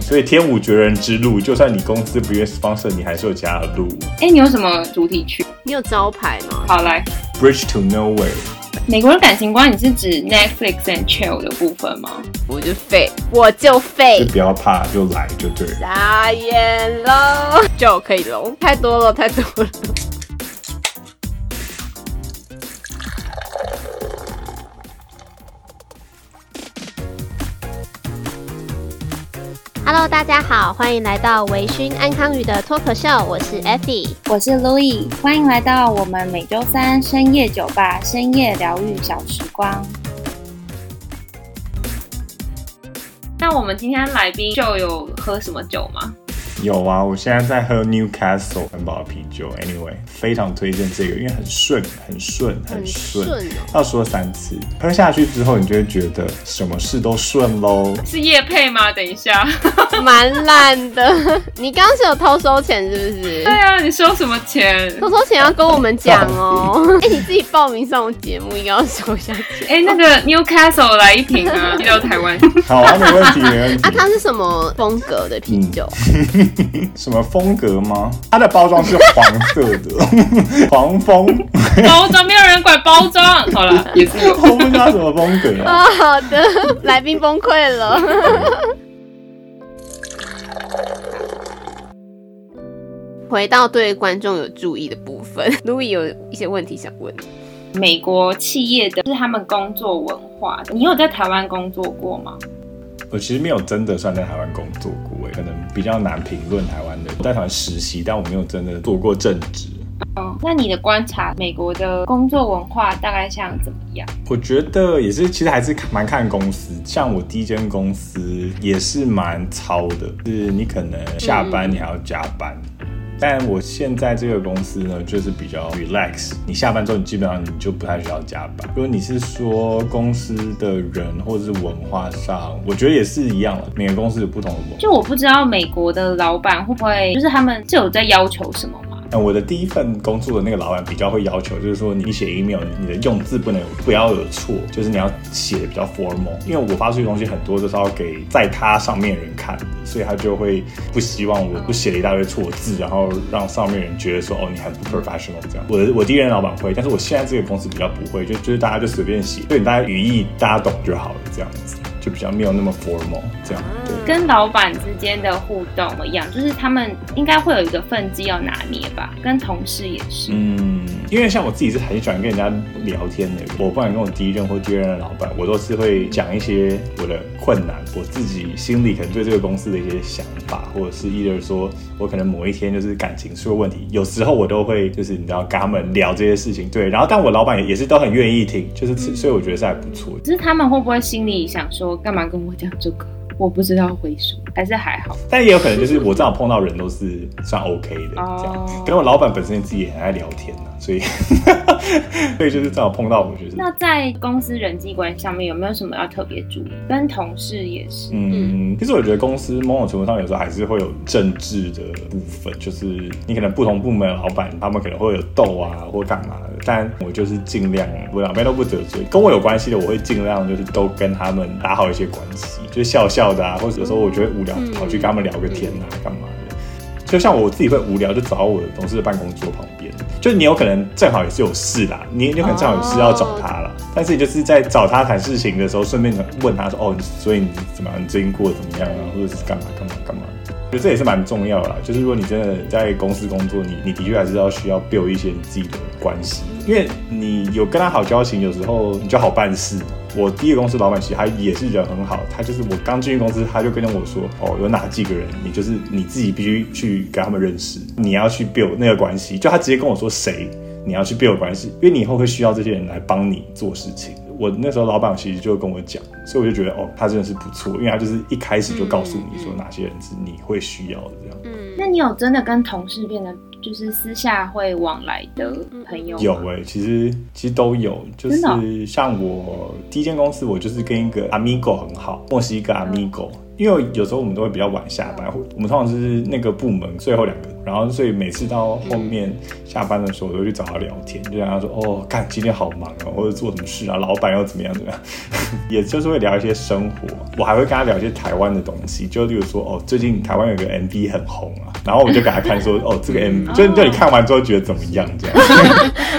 所以天舞绝人之路，就算你公司不愿 sponsor，你还是有其他的路。哎，你有什么主题曲？你有招牌吗？好来， Bridge to Nowhere，美国的感情观，你是指 Netflix and chill 的部分吗？我就废，我就就废，不要怕，就来就对了。傻眼喽，就可以喽，太多了，太多了。 Hello，大家好，欢迎来到微醺安康鱼的脱口秀，我是 Effie。我是 Louis，欢迎来到我们每周三深夜酒吧深夜疗愈小时光。那我们今天来宾就有喝什么酒吗？有啊，我现在在喝 Newcastle 汉堡啤酒，Anyway，非常推荐这个，因为很顺，很顺，很顺。顺哦要说三次，喝下去之后，你就会觉得什么事都顺喽。 是夜配吗？等一下。 蛮烂的。你刚刚是有偷收钱是不是对？啊，你收什么钱？偷收钱要跟我们讲哦。 哎、你自己报名上我节目应该要收一下钱。哎、那个 Newcastle 来一瓶啊，寄到台湾。好啊，没问题，没问题啊，。它是什么风格的啤酒？什么风格吗？它的包装是黄色的， 黄蜂，包装没有人管包装，好了，也是有。我不知道什么风格啊。啊、好的， 来宾崩溃 了。回到对观众有注意的部分，Louis 有一些问题想问。美国企业的，就是他们工作文化。你有在台湾工作过吗？我呃其实没有真的算在台湾工作过，欸可能比较难评论台湾的。我在台湾实习，但我没有真的做过正职。嗯，那你的观察，美国的工作文化大概像怎么样？我觉得也是，其实还是蛮看公司。像我第一间公司也是蛮超的，就是你可能下班你还要加班。但我现在这个公司呢，就是比较 relax。你下班之后，你基本上你就不太需要加班。如果你是说公司的人或者是文化上，我觉得也是一样了。每个公司有不同的文化。就我不知道美国的老板会不会，就是他们是有在要求什么吗？那我的第一份工作的那个老板比较会要求，就是说你写 email，你的用字不能有不要有错，就是你要写的比较 formal。因为我发出去的东西很多都是要给在他上面人看的，所以他就会不希望我不写了一大堆错字，然后让上面人觉得说哦你很不 professional 这样。我的我第一任老板会，但是我现在这个公司比较不会，就就是大家就随便写，对你大家语义大家懂就好了这样子，就比较没有那么 formal 这样。对。跟老板之间的互动一样，就是他们应该会有一个分际要拿捏吧，跟同事也是。嗯，因为像我自己是很喜欢跟人家聊天的人，我不管跟我第一任或第二任的老板，我都是会讲一些我的困难，我自己心里可能对这个公司的一些想法，或者是一人说我可能某一天就是感情出了问题，有时候我都会就是你知道跟他们聊这些事情，对，然后但我老板也也是都很愿意听，就是所以我觉得是还不错。只是他们会不会心里想说，干嘛跟我讲这个？我不知道回什么，还是还好。但也有可能就是我正好碰到人都是算 OK 的这样，可能我老板本身自己也很爱聊天呐、所以所以就是正好碰到我就是。那在公司人际关系上面有没有什么要特别注意？跟同事也是，嗯，其实我觉得公司某种程度上有时候还是会有政治的部分，就是你可能不同部门的老板他们可能会有斗啊或干嘛的，但我就是尽量我两边都不得罪，跟我有关系的我会尽量就是都跟他们打好一些关系，就是笑笑的啊，或者有时候我觉得无聊嗯跑去跟他们聊个天啊干嘛的。就像我自己会无聊，就走到我的同事的办公桌旁边。就你有可能正好也是有事啦，你你有可能正好有事要找他啦，哦但是你就是在找他谈事情的时候，顺便问他说：“哦，你所以你怎么样？你最近过得怎么样啊？或者是干嘛干嘛干嘛？”我觉得这也是蛮重要的啦。就是如果你真的在公司工作，你你的确还是要需要 build 一些你自己的关系，因为你有跟他好交情，有时候你就好办事嘛。我第一个公司老板其实他也是人很好，他就是我刚进去公司，他就跟我说，哦，有哪几个人，你就是你自己必须去跟他们认识，你要去 build 那个关系。就他直接跟我说谁你要去 build 关系，因为你以后会需要这些人来帮你做事情。我那时候老板其实就跟我讲，所以我就觉得哦，他真的是不错，因为他就是一开始就告诉你说哪些人是你会需要的这样。嗯那你有真的跟同事变得就是私下会往来的朋友吗？有哎、其实其实都有，就真的哦嗯是像我第一间公司，我就是跟一个 amigo 很好，墨西哥 amigo，、因为有时候我们都会比较晚下班，或我们通常是那个部门最后两个，然后所以每次到后面下班的时候，我都去找他聊天，就跟他说：“哦，干，今天好忙哦，或者做什么事啊，老板要怎么样怎么样。” 也就是会聊一些生活，我还会跟他聊一些台湾的东西，就例如说：“哦，最近台湾有个 MV 很红啊。”然后我就给他看说：“哦，这个 MV，就嗯就你看完之后觉得怎么样？”这样。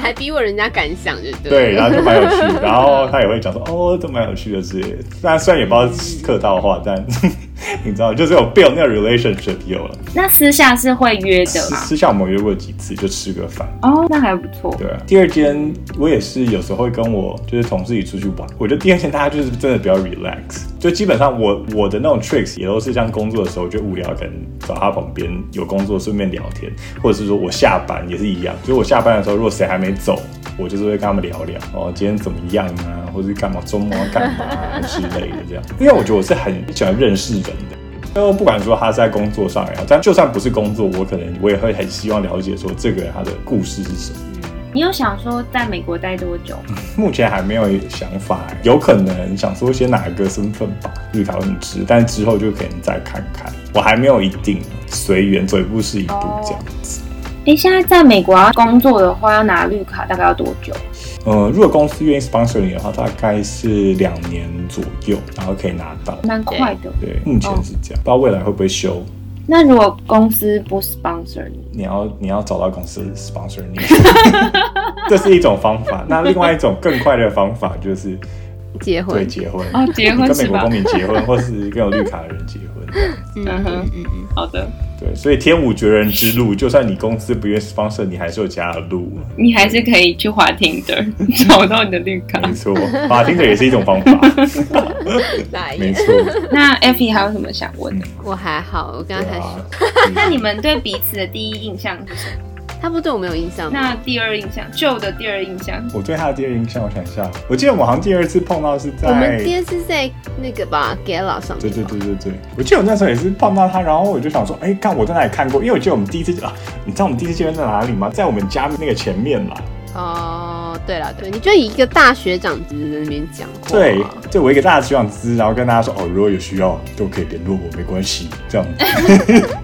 还逼问人家感想，就对。对，然后就蛮有趣 的，然后嗯他也会讲说，哦，这蛮有趣的之类的。但虽然也不知道是客套话，但 你知道，就是有 build 那个 relationship 有了。那私下是会约的私吗？私下我们约过几次，就吃个饭。哦，那还不错。对啊，第二间我也是有时候会跟我就是同事一起出去玩，我觉得第二间大家就是真的比较 relax，就基本上我我的那种 tricks 也都是像工作的时候就无聊，可能找他旁边有工作顺便聊天，或者是说我下班也是一样，就是我下班的时候如果谁还没走，我就是会跟他们聊聊哦今天怎么样啊，或者是干嘛周末要干嘛、啊、之类的这样，因为我觉得我是很喜欢认识人的。因为不管说他是在工作上也好，但就算不是工作，我可能我也会很希望了解说这个人他的故事是什么。你有想说在美国待多久吗？目前还没有想法，有可能想说先拿一个身份吧，绿卡文职，但之后就可能再看看，我还没有一定，随缘，走一步是一步这样子。哎，现在在美国要工作的话，要拿绿卡大概要多久？哦呃，如果公司愿意 sponsor 你的话，大概是两年左右，然后可以拿到。蛮快的。对，目前是这样，不知道未来会不会修。那如果公司不 sponsor 你，你要你要找到公司 sponsor 你，这是一种方法。那另外一种更快的方法就是对结婚，结婚哦结婚跟美是国吧公民结婚，或是跟有绿卡的人结婚。嗯嗯哼嗯嗯，好的，对，所以天无绝人之路，就算你公司不愿意 sponsor，你还是有其他的路。你还是可以去滑听的， 找到你的绿卡。没 错，法听的也是一种方法。嗯来，没错，那 Effie 还有什么想问的？我还好，我刚对才啊说，。那你们对彼此的第一印象是什么？他不对我没有印象吗，那第二印象，旧的第二印象，我对他的第二印象，我想一下，我记得我们好像第二次碰到是在我们第二次在那个吧 gala 上面，对对对对对，我记得我那时候也是碰到他，然后我就想说，哎，看我在哪里看过，因为我记得我们第一次啊，你知道我们第一次见面在哪里吗？在我们家那个前面啦。哦，对了，对，你就以一个大学长之在那边讲话，对，就我一个大的学长资，然后跟大家说，哦，如果有需要都可以联络我，没关系，这样 子。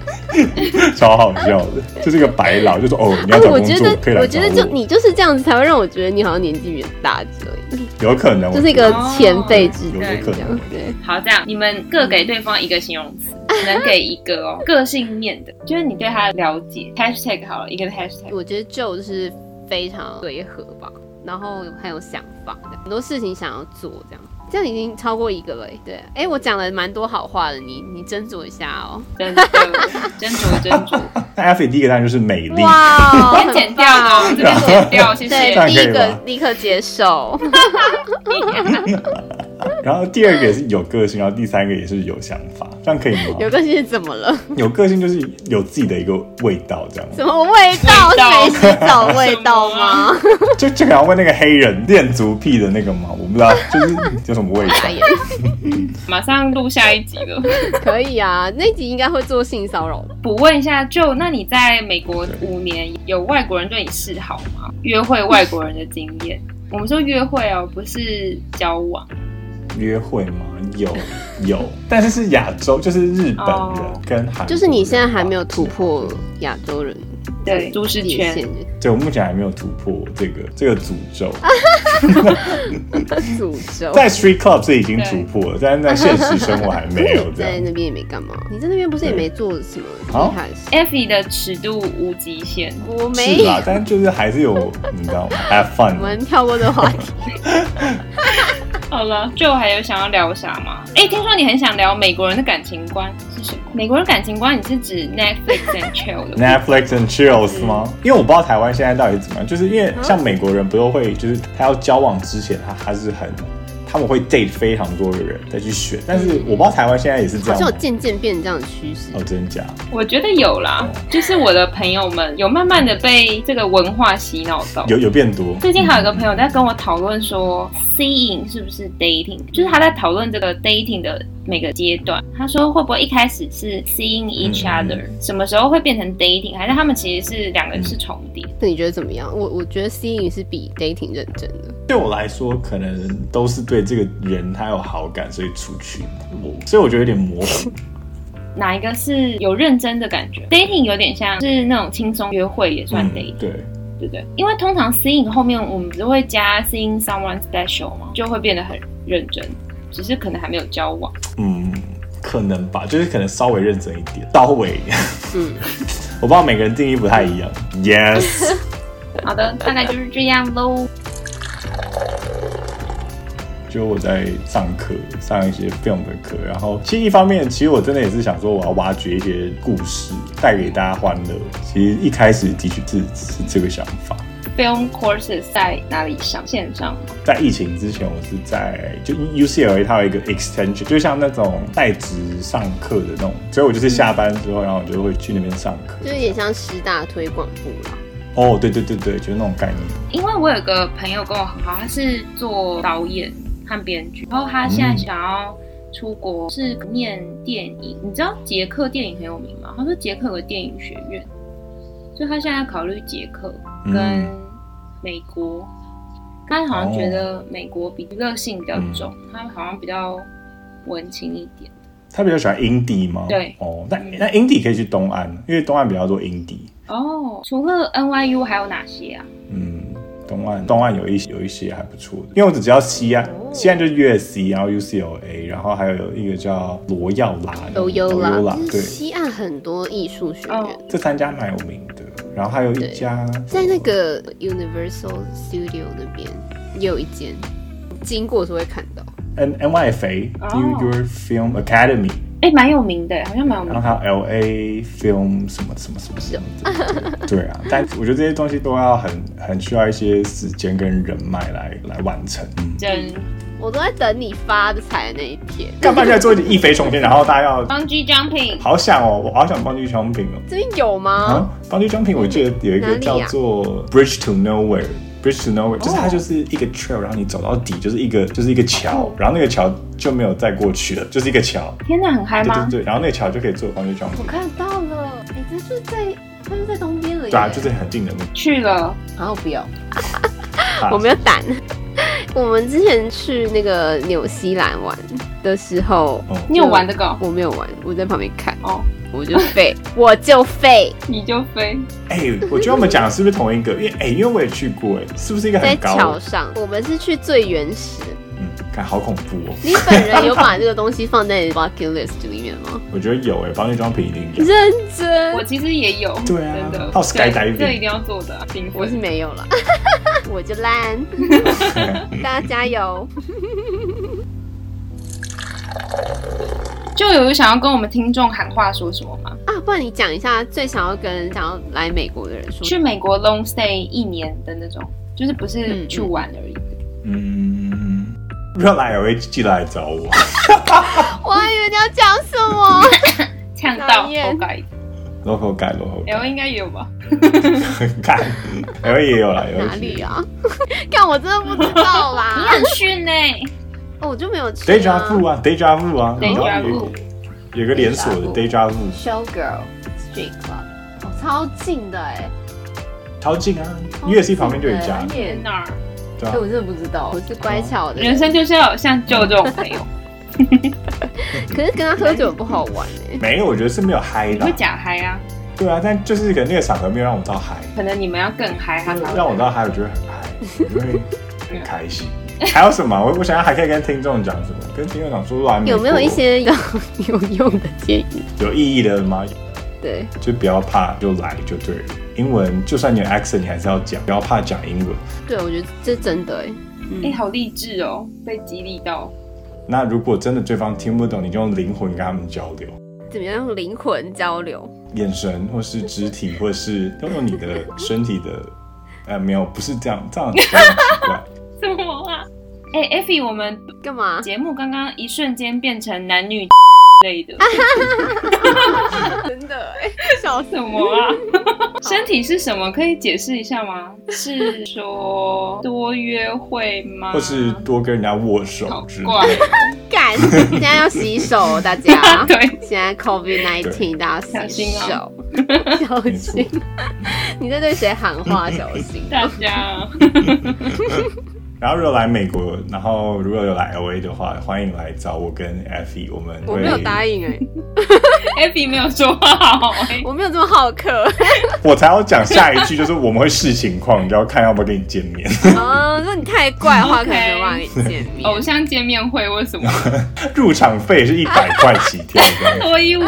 超好笑的，就是一个白老，就说哦，你要哎，找我工觉作得可以，来我找觉得就我，你就是这样子，才会让我觉得你好像年纪比较大之类的，有可能，就是一我个哦前辈之哦有间有可这样能，，对，好，这样你们各给对方一个形容词，只能给一个哦。个性面的，就是你对他的了解。Hashtag 好了，一个 Hashtag。我觉得就是非常随和吧，然后很有想法的，很多事情想要做这样。这样已经超过一个了欸，对。哎、我讲了蛮多好话的，你你斟酌一下哦。真的，斟酌斟酌，那 F 第一个当然就是美丽，哇哦先剪掉哦，这边剪 掉，谢这谢。对，样第可以一个吧立刻接受。 然后第二个也是有个性，然后第三个也是有想法，这样可以吗？有个是怎么了？有个性就是有自己的一个味道，这样。什么味道？味道水洗澡味道 吗？就就想要问那个黑人恋足癖的那个吗？我不知道，就是有什么味道。 哎呀马上录下一集了。可以啊，那集应该会做性骚扰吧。补问一下，就那你在美国五年，有外国人对你示好吗？约会外国人的经验，我们说约会哦，不是交往。约会吗？有 有，但是是亚洲，就是日本人哦跟韩国人，就是你现在还没有突破亚洲人对，舒适界圈限，对我目前还没有突破这个这个诅咒，啊诅咒。在 Street Club 是已经突破了，但是在现实生活还没有这 在样。那边也没干嘛，你在那边不是也没做什么好厉害的事？ Effie 的尺度无极限，我没是有啦，，但就是还是有，你知道吗？Have 我 fun，们跳过这个话题。好了，就还有想要聊啥吗？哎、听说你很想聊美国人的感情观是什么？美国人感情观，你是指 Netflix and chill 的吗？ Netflix and chill 是嗯吗？因为我不知道台湾现在到底怎么样，就是因为像美国人不都会，就是他要交往之前，他他是很他们会 date 非常多的人再去选，但是我不知道台湾现在也是这好样像吗有。渐渐变这样的趋势哦，，真假？我觉得有啦，就是我的朋友们有慢慢的被这个文化洗脑到。有有变多？最近还有一个朋友在跟我讨论说，seeing 是不是 dating？就是他在讨论这个 dating 的每个阶段。他说会不会一开始是 seeing each other，、什么时候会变成 dating，还是他们其实是两个人是重叠？那你觉得怎么样？我我觉得 seeing 是比 dating 认真的。对我来说，可能都是对这个人他有好感，所以出去。我所以我觉得有点模 糊。哪一个是有认真的感觉？dating 有点像是那种轻松约会也算嗯 dating，、对，对不对？因为通常 seeing 后面我们不是会加 seeing someone special 嘛，就会变得很认真，只是可能还没有交往。嗯，可能吧，就是可能稍微认真一点，到尾。嗯， 我不知道每个人定义不太一样。Yes， 好的，大概就是这样喽。就我在上课，上一些 film 的课，然后其实一方面，其实我真的也是想说，我要挖掘一些故事，带给大家欢乐。其实一开始的确是是这个想法。 Film courses 在哪里上？线上吗？在疫情之前，我是在就 UCLA 它有一个 extension，就像那种代职上课的那种，所以我就是下班之后，然后我就会去那边上课就。有点像师大推广部啦。哦，对对对对，就是那种概念。因为我有个朋友跟我很好，他是做导演和编剧，然后他现在想要出国是念电影。你知道捷克电影很有名吗？他说捷克有个电影学院，所以他现在考虑捷克跟嗯美国。他好像觉得美国比娱乐性比较重，他好像比较文青一点。他比较喜欢 indie 吗？对哦，那那 indie 可以去东岸，因为东岸比较多 indie。哦，除了 NYU 还有哪些啊？嗯，东岸东岸有一些有一些还不错的，因为我只知道西岸，哦西岸就是 USC，然后 UCLA，然后还有一个叫罗耀拉的，都有罗啦，就对是，西岸很多艺术学院哦，这三家蛮有名的。然后还有一对家在那个 Universal Studio 那边也有一间，经过是会看到。 N NYFA、哦 New York Film Academy，哎、蛮有名的，好像蛮有名然的后。还有 LA Film 什么什么什么什么的， 对啊。但我觉得这些东西都要很很需要一些时间跟人脉来来完成。嗯，真我都在等你发的彩的那一天。干嘛现在做一点一飞冲天，然后大家 要 bungee jumping 好想哦，我好想帮你商品哦。这边有吗啊？，Bungee Jumping 我记得有一哪个里叫啊做 Bridge to Nowhere。Bridge to Nowhere，就是它就是一个 trail，然后你走到底就是一个就是一个桥，然后那个桥就没有再过去了，就是一个桥。天哪，很嗨对吗对？对，然后那个桥就可以做 bungee 我 jumping，看到了，你这是在，它就在东边而已。对啊，就是很近的那去了，然后不要，个。我没有胆。 我们之前去那个纽西兰玩的时候，哦你有玩这个哦？我没有玩，我在旁边看，哦，我就 废，我就废，你就飞，哎、我觉得我们讲的是不是同一个？因为哎、因为我也去过，哎，是不是一个在很高桥的？上。我们是去最原始。嗯，看好恐怖哦。你本人有把这个东西放在你的 bucket list 里面 吗？我觉得有哎、b u n g e e jumping 一定有。认真，我其实也有，对啊真的，还有 skydiving 对这一定要做的啊，兴我奋是。没 有了，我就 烂，大家加油！就有想要跟我们听众喊话说什么吗？啊，不然你讲一下最想要跟想要来美国的人说，去美国 long stay 一年的那种，就是不是嗯去玩而已。嗯，热来也会记得来找我。 我还以为你要讲什么，呛到讨厌后改，落后盖，落后然后应该也有吧？看，有也有啦，有哪里？啊？ 看我真的不知道你啦，很逊呢，哦，我就没有去、啊。 Deja vu 啊，Deja vu 啊 Deja 你知道 vu 有有个连锁的 Deja vu， Showgirl Street Club，哦，超近的哎、超近啊超近的，USC 旁边就有一家而，且在哪儿？对啊哎，我真的不知道，我是乖巧的人生就是要有像舅这种 朋友，可是跟他喝酒不好玩哎、没有，我觉得是没有嗨你的会，假嗨啊？对啊，但就是可能那个场合没有让我到嗨，可能你们要更嗨，他才会让我到嗨，我觉得很嗨，我就会很开心。还有什么？我我想要还可以跟听众讲什么？跟听众讲说，来美国有没有一些有 有用的建议？有意义的吗？对，就不要怕，就来就对了。英文就算你有 accent，你还是要讲，不要怕讲英文。对，我觉得这真的哎、嗯哎，好励志哦，被激励到。那如果真的对方听不懂，你就用灵魂跟他们交流，怎么样用灵魂交流？眼神或是肢体，或者是要用你的身体的，呃，没有，不是这样，这样很奇怪。什么啊？哎、e f f i e 我们干嘛？ 节目刚刚一瞬间变成男女 类的， 真的哎、笑死 什么啊？身体是什么？可以解释一下吗？是说多约会吗？或是多跟人家握手好之类怪的。干，现在要洗手哦，大 家。对，现在 COVID 19，大家小洗心啊手，小心。你在对谁喊话？小心。大家 然后如果来美国，然后如果有来 LA 的话，欢迎来找我跟 Effie，我们我会没有答应哎、 ，Abby 没有说话好、 欸，我没有这么好 客我才要讲下一句，就是我们会视情况，你就要看要不要跟你见面。 啊！如果你太怪的话，可能没有办法跟你见面。偶像见面会为 什么？入场费是一百块起跳，这样脱衣舞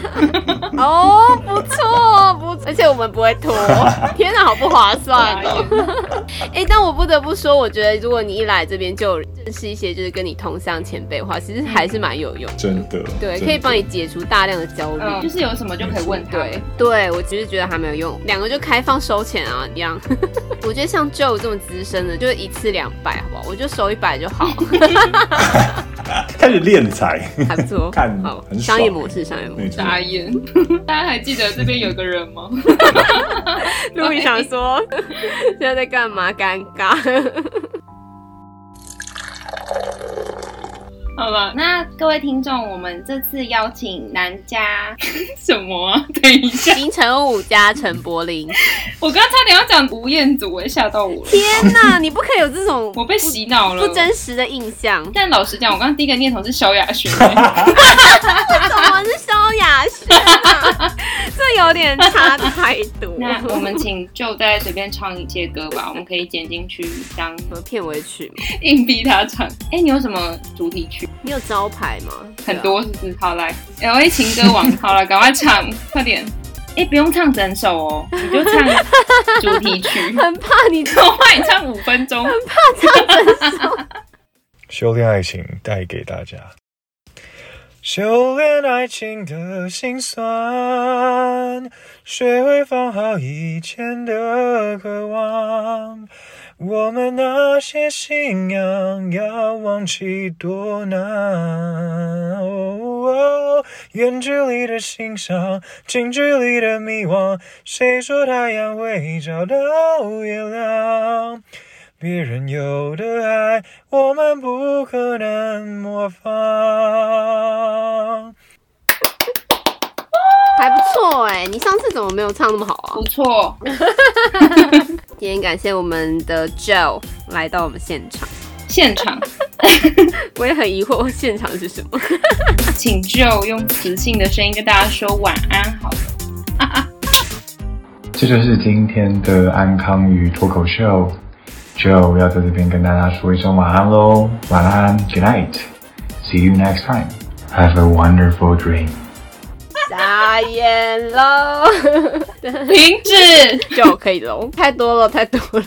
哦，哦，不错，不错，而且我们不会 拖。天哪，好不划算傻哦！眼哎、但我不得不说，我觉得如果你一来这边就认识一些就是跟你同乡前辈的话，其实还嗯是蛮有用的。真的对，真的可以帮你解除大量的焦虑。嗯，就是有什么就可以问他。对，对，我只是觉得还没有用，两个就开放收钱啊一样。 我觉得像 Joe 这么资深的，就是一次两百，好不好？我就收一百就 好，开始练财。还不错。看好，很爽商业模式，商业模式。没错，傻眼， 大家还记得这边有个人 吗？路易想说现在在干嘛？尴 尬。好吧，那各位听众，我们这次邀请南家 什么啊？等一下，金城武加陈 柏霖，我刚刚差点要讲吴彦祖，我吓到 我了，天哪，你不可以有这种我被洗脑了。不真实的印象。但老实讲，我刚刚第一个念头是萧 亚轩、欸怎么是萧亚轩 啊？这有点差太多。那我们请就再随便唱一些歌吧，我们可以剪进去当什么片尾曲吗？硬逼他唱。哎、你有什么主题曲？你有招牌吗？很多是不是？好来，L A 情歌王，好了，赶快唱， 快点。哎、不用唱整首哦，你就唱主题曲 对。啊，很怕你我怕你唱五分钟。修炼爱情带给大家。修炼爱情的辛酸，学会放好以前的渴望。我们那些信仰，要忘记多难。哦远距离的欣赏，近距离的迷惘。谁说太阳会找到月亮？别人有的爱，我们不可能模仿。还不错哎、你上次怎么没有唱那么好啊不？错，今天感谢我们的 Joe 来到我们现场，现场我也很疑惑现场是什么。请就用磁性的声音跟大家说晚安好了。这就是今天的安康与脱口秀。Joe 要在这边跟大家说一声晚安喽，晚安，Good night。See you next time. Have a wonderful dream. 傻眼喽 停止。 ，Joe 可以喽，太多了，太多了。